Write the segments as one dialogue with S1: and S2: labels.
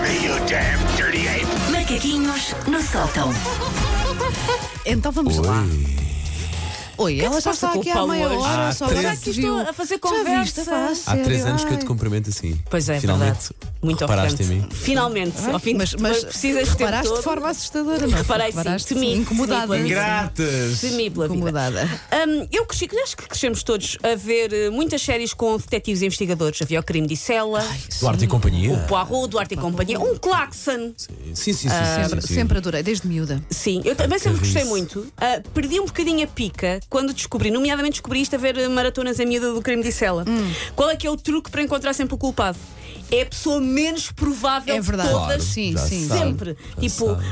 S1: me, you damn dirty ape!
S2: Macaquinhos no sótão.
S3: Então vamos lá. Oi, ela
S4: se
S3: já
S4: passa
S3: está
S4: com
S3: aqui
S4: o
S3: há
S4: Paulo
S3: meia
S4: hoje?
S3: hora,
S5: Há
S3: só
S5: três-
S3: agora é
S5: Será
S3: que
S4: que estou a fazer
S3: Já
S4: conversa?
S3: viste, pá, a
S5: Há
S3: sério,
S5: três anos que eu
S3: ai.
S5: te cumprimento assim.
S4: Pois é,
S5: Finalmente.
S4: verdade. Muito
S5: reparaste
S4: ofegante.
S5: em mim.
S4: Finalmente, ao fim
S3: mas,
S4: de
S3: mas
S4: precisas ter
S3: reparaste
S4: todo.
S3: de forma assustadora, não?
S4: Reparei, sim,
S3: reparaste
S4: temi, temi
S3: incomodada.
S4: pela vida.
S5: Gratas!
S4: Temi pela vida.
S3: Incomodada.
S4: Hum, eu cresci, acho que crescemos todos a ver eh, muitas séries com detetives e investigadores. Havia o crime de Sela,
S5: Duarte e companhia?
S4: o Poirot, Duarte e companhia, um Claxon.
S5: Sim, sim, sim. sim,
S3: Sempre,
S5: sim, sim.
S3: Ah, sempre adorei, desde miúda.
S4: Sim, eu também sempre
S5: carriço.
S4: gostei muito. Ah, perdi um bocadinho a pica quando descobri, nomeadamente descobri isto a ver eh, maratonas a miúda do crime de Sela.
S3: Hum.
S4: Qual é que é o truque para encontrar sempre o culpado? É a pessoa menos provável
S3: É verdade.
S4: de
S5: Claro,
S4: todas
S3: Sim,
S5: já
S3: sim.
S5: sabe,
S4: Sempre.
S5: já
S4: tipo,
S5: sabe.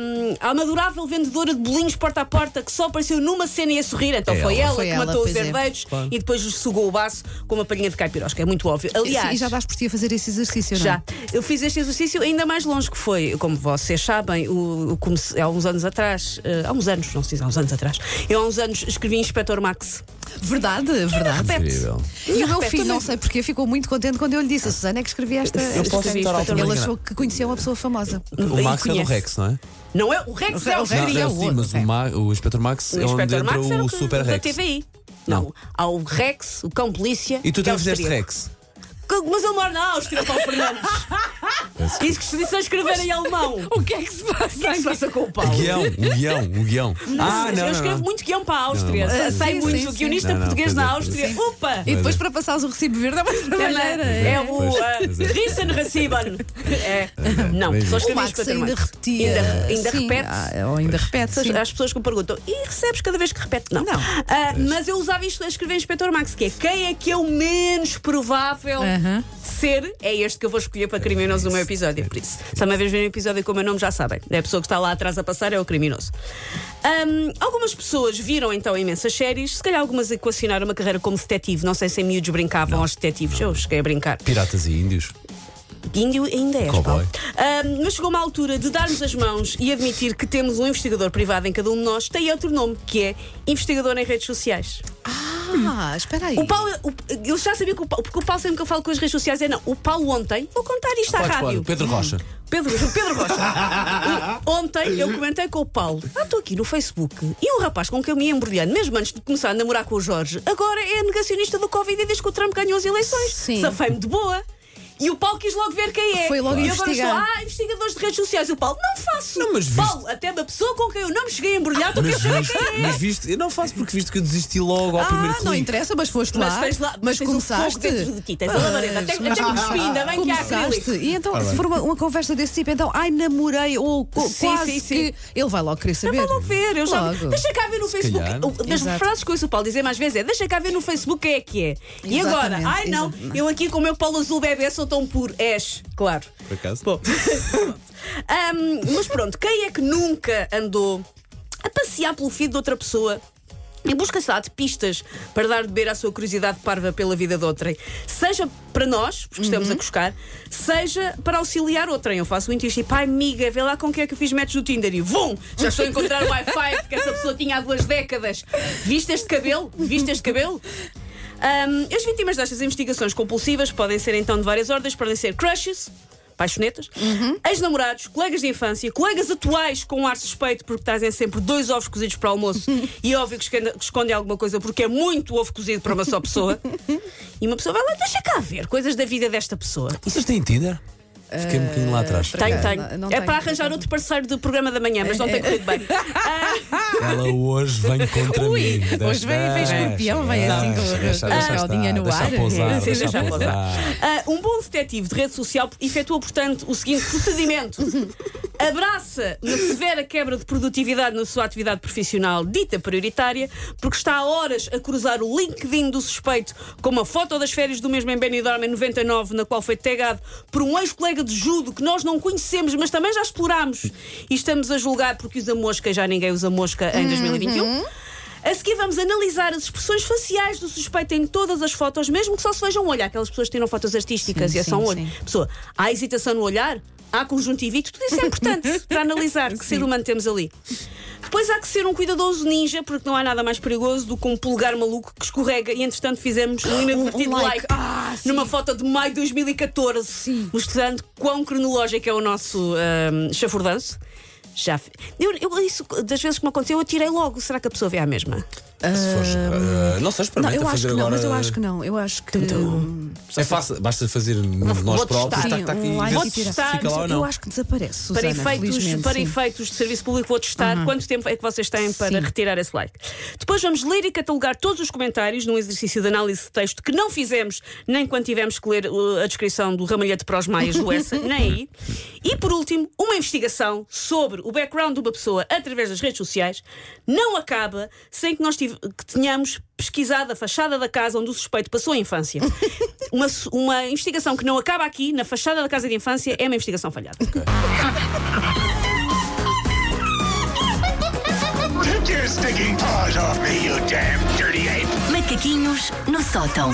S4: hum, a amadurável vendedora de bolinhos porta a porta que só apareceu numa cena e a sorrir. Então
S5: É
S4: foi
S5: ela.
S4: ela
S3: Foi
S4: que
S3: ela,
S4: matou os
S3: pois é.
S4: herdeiros e depois lhes sugou o baço com uma palhinha de caipirosca. É muito óbvio. Aliás.
S3: e já vais por ti a fazer esse exercício, não é?
S4: Já. Eu fiz este exercício ainda mais longe que foi, como vocês sabem, o, o comece- há uns anos atrás, eh, há uns anos, não sei se há uns anos atrás, eu há uns anos escrevi Inspector Max.
S3: Verdade, verdade.
S4: repete.
S5: Incrível.
S3: E o meu
S4: repete,
S3: filho, não
S4: também.
S3: sei porquê, ficou muito contente quando eu lhe disse. A Susana é que escrevia esta.
S4: Eu posso
S3: esta
S4: estar
S3: revista.
S4: altamente
S3: Ele
S5: enganado.
S3: achou que conhecia uma pessoa famosa.
S5: O
S4: E
S5: Max é do
S4: conhece.
S5: Rex, não é? Ah,
S4: Não é? O Rex é o
S3: Rex.
S4: Rex.
S3: Rex. é o
S5: sim,
S3: outro,
S5: mas o,
S3: é.
S5: Ma- o Inspector Max é onde entra
S4: era
S5: o
S4: que-
S5: Super
S4: da
S5: Rex.
S4: TVI.
S5: Não.
S4: Não. Há o Rex, o cão polícia.
S5: E tu
S4: que é o
S5: também fizeste
S4: austríaco.
S5: Rex?
S4: Que- Mas eu moro na Áustria, Paulo Fernandes. Diz que se disse a escrever em alemão.
S3: O que é que se passa?
S4: O que é que se passa com o
S5: O
S4: Paulo?
S5: guião, o guião, o guião. Ah,
S4: eu
S5: não, não,
S4: escrevo
S5: não.
S4: muito guião para a Áustria.
S5: Não, não,
S3: mas-
S4: Sai
S3: Sim,
S4: muito.
S3: sim,
S4: o
S3: sim.
S4: guionista
S5: Não, não,
S4: português
S5: pois
S4: na
S5: é,
S4: Áustria. Upa!
S3: E depois para passares o recibo verde é uma trabalheira.
S4: É o
S5: Pois,
S4: ah,
S5: pois é.
S4: Rissen Raciban. É. Não,
S5: bem
S4: só
S3: O
S4: escrevi
S3: Max
S4: Inspector
S3: ainda
S4: Max.
S3: repetia.
S4: Ainda, ainda
S3: Sim,
S4: repete.
S3: ah, Ou ainda repete.
S4: Pessoas-
S3: sim.
S4: Às pessoas que me perguntam, e recebes cada vez que repete? Não.
S3: Não.
S4: Ah, mas eu usava isto a escrever Inspector Max, que é quem é que é o menos provável
S3: Aham.
S4: de ser, é este que eu vou escolher para criminoso no meu episódio. Por isso, se uma vez verem um episódio com o meu nome, já sabem. É a pessoa que está lá atrás a passar, é o criminoso. Ahm, algumas pessoas viram então imensas séries, se calhar algumas equacionaram uma carreira como detetive. Não sei se em miúdos brincavam aos detetives, eu cheguei a brincar.
S5: Piratas e índios.
S4: Índio ainda és,
S5: Cowboy.
S4: Paulo. Ahm, mas chegou uma altura de darmos as mãos e admitir que temos um investigador privado em cada um de nós, tem outro nome, que é investigador em redes sociais.
S3: Ah, espera aí.
S4: O Paulo, o- eu já sabia que o Paulo, porque o Paulo sempre que eu falo com as redes sociais é não. O Paulo ontem, vou contar isto à
S5: Podes,
S4: rádio.
S5: pode. Pedro Rocha.
S4: Pedro, Pedro Rocha. O- Ontem eu comentei com o Paulo. Ah, estou aqui no Facebook. E um rapaz com quem eu me ia embrulhando, mesmo antes de começar a namorar com o Jorge, agora é negacionista do Covid e diz que o Trump ganhou as eleições.
S3: Sim.
S4: Safei-me de boa. E o Paulo quis logo ver quem é.
S3: Foi logo
S4: e agora
S3: investigar.
S4: estou, ah, investigadores de redes sociais. E o Paulo, não faço.
S5: Não, mas viste-
S4: Paulo, até uma pessoa com quem eu não me cheguei a embrulhar, tu
S5: Mas
S4: queres saber
S5: viste,
S4: quem é.
S5: mas viste, eu não faço porque viste que eu desisti logo ao primeiro
S3: Ah, não
S5: clique.
S3: interessa, mas foste
S4: Mas
S3: lá.
S4: tens lá,
S3: mas
S4: tens o
S3: começaste.
S4: fogo dentro de ti, tens a labareda, até, até
S3: Mas-
S4: que cuspi, ainda bem que há
S3: Começaste.
S4: acrílico.
S3: E então, se for uma, uma conversa desse tipo, então, ai, namorei, ou co-
S4: Sim,
S3: quase
S4: sim, sim.
S3: que. Ele vai logo querer saber.
S4: Não vão ver, eu já.
S3: Logo.
S4: Deixa cá ver no Facebook.
S5: calhar.
S4: O- Das
S3: Exato.
S4: frases que eu ouço o Paulo dizer mais vezes é: deixa cá ver no Facebook quem é que é. E
S3: Exatamente,
S4: agora? Ai não,
S3: exatamente.
S4: eu aqui com o meu Paulo Azul bebê sou tão puro. És, claro.
S5: Por acaso?
S4: Bom. Ahm, mas pronto, quem é que nunca andou a passear pelo feed de outra pessoa? Em busca só de pistas para dar de beber à sua curiosidade parva pela vida de outrem. Seja para nós, porque estamos a cuscar, seja para auxiliar outrem. Eu faço muito isto e pai, amiga, vê lá com quem é que eu fiz match no Tinder e vum! Já estou a encontrar o Wi-Fi que essa pessoa tinha há duas décadas. Viste este cabelo? Viste este cabelo? Ahm, as vítimas destas investigações compulsivas podem ser então de várias ordens, podem ser crushes, paixonetas,
S3: Uhum.
S4: ex-namorados, colegas de infância, colegas atuais com um ar suspeito porque trazem sempre dois ovos cozidos para o almoço e é óbvio que escanda- que escondem alguma coisa porque é muito ovo cozido para uma só pessoa. e uma pessoa vai lá, deixa cá ver coisas da vida desta pessoa.
S5: Vocês têm Tinder? Fiquei um bocadinho lá atrás.
S4: Tenho, tenho.
S3: não- não
S4: é
S3: Eh, tenho, É,
S4: para
S3: por
S4: arranjar
S3: acaso.
S4: outro parceiro do programa da manhã, mas não tem corrido bem.
S5: Ela hoje vem contra
S3: Ui,
S5: mim.
S3: hoje vem- vem escorpião, vem assim com- com a caldinha no ar.
S5: Deixa pousar,
S4: Sim,
S5: deixa
S4: deixa
S5: pousar.
S4: Ah, um bom detetive de rede social efetua, portanto, o seguinte procedimento: abraça uma severa quebra de produtividade na sua atividade profissional dita prioritária, porque está há horas a cruzar o LinkedIn do suspeito com uma foto das férias do mesmo em Benidorm em 99, na qual foi tagado por um ex-colega de judo que nós não conhecemos, mas também já explorámos e estamos a julgar porque usa mosca, já ninguém usa mosca em 2021. A seguir vamos analisar as expressões faciais do suspeito em todas as fotos, mesmo que só se vejam um olhar. Aquelas pessoas que tiram fotos artísticas
S3: Sim,
S4: e é só
S3: sim,
S4: um olho.
S3: sim.
S4: Pessoa, há hesitação no olhar, há conjuntivite, tudo isso é importante para analisar que ser humano temos ali. Depois há que ser um cuidadoso ninja, porque não há nada mais perigoso do que um polegar maluco que escorrega e, entretanto, fizemos um inadvertido
S3: um like.
S4: like,
S3: Ah, sim.
S4: numa foto de maio de 2014,
S3: Sim.
S4: mostrando quão cronológico é o nosso ahm, chafurdanço. Já. fi- Eu, eu- isso, das vezes que me aconteceu, eu tirei logo. Será que a pessoa vê a mesma?
S5: Se fores, ah, não
S3: Não,
S5: sei, experimenta
S3: eu acho
S5: fazer
S3: que não,
S5: agora.
S3: mas eu acho que não. Eu acho que.
S5: É fácil, basta fazer nós
S4: vou
S5: próprios. Tá,
S4: testar.
S5: tac, tac,
S3: Sim, um
S5: e
S3: like
S5: ver
S3: e
S5: se
S3: tirar.
S5: fica lá ou não.
S3: Eu acho que desaparece.
S4: Para,
S3: Susana,
S4: efeitos,
S3: felizmente,
S4: para
S3: sim. Uhum.
S4: efeitos de serviço público, vou testar quanto tempo é que vocês têm para
S3: Sim.
S4: retirar esse like. Depois vamos ler e catalogar todos os comentários num exercício de análise de texto que não fizemos nem quando tivemos que ler uh, a descrição do ramalhete para os maias do Essa, nem aí. E por último, uma investigação sobre o background de uma pessoa através das redes sociais não acaba sem que nós tive- que tenhamos pesquisado a fachada da casa onde o suspeito passou a infância. Uma, su- uma investigação que não acaba aqui, na fachada da casa de infância, é uma investigação falhada.
S1: Take your stinking paws off me, you damn dirty ape!
S2: Macaquinhos no sótão.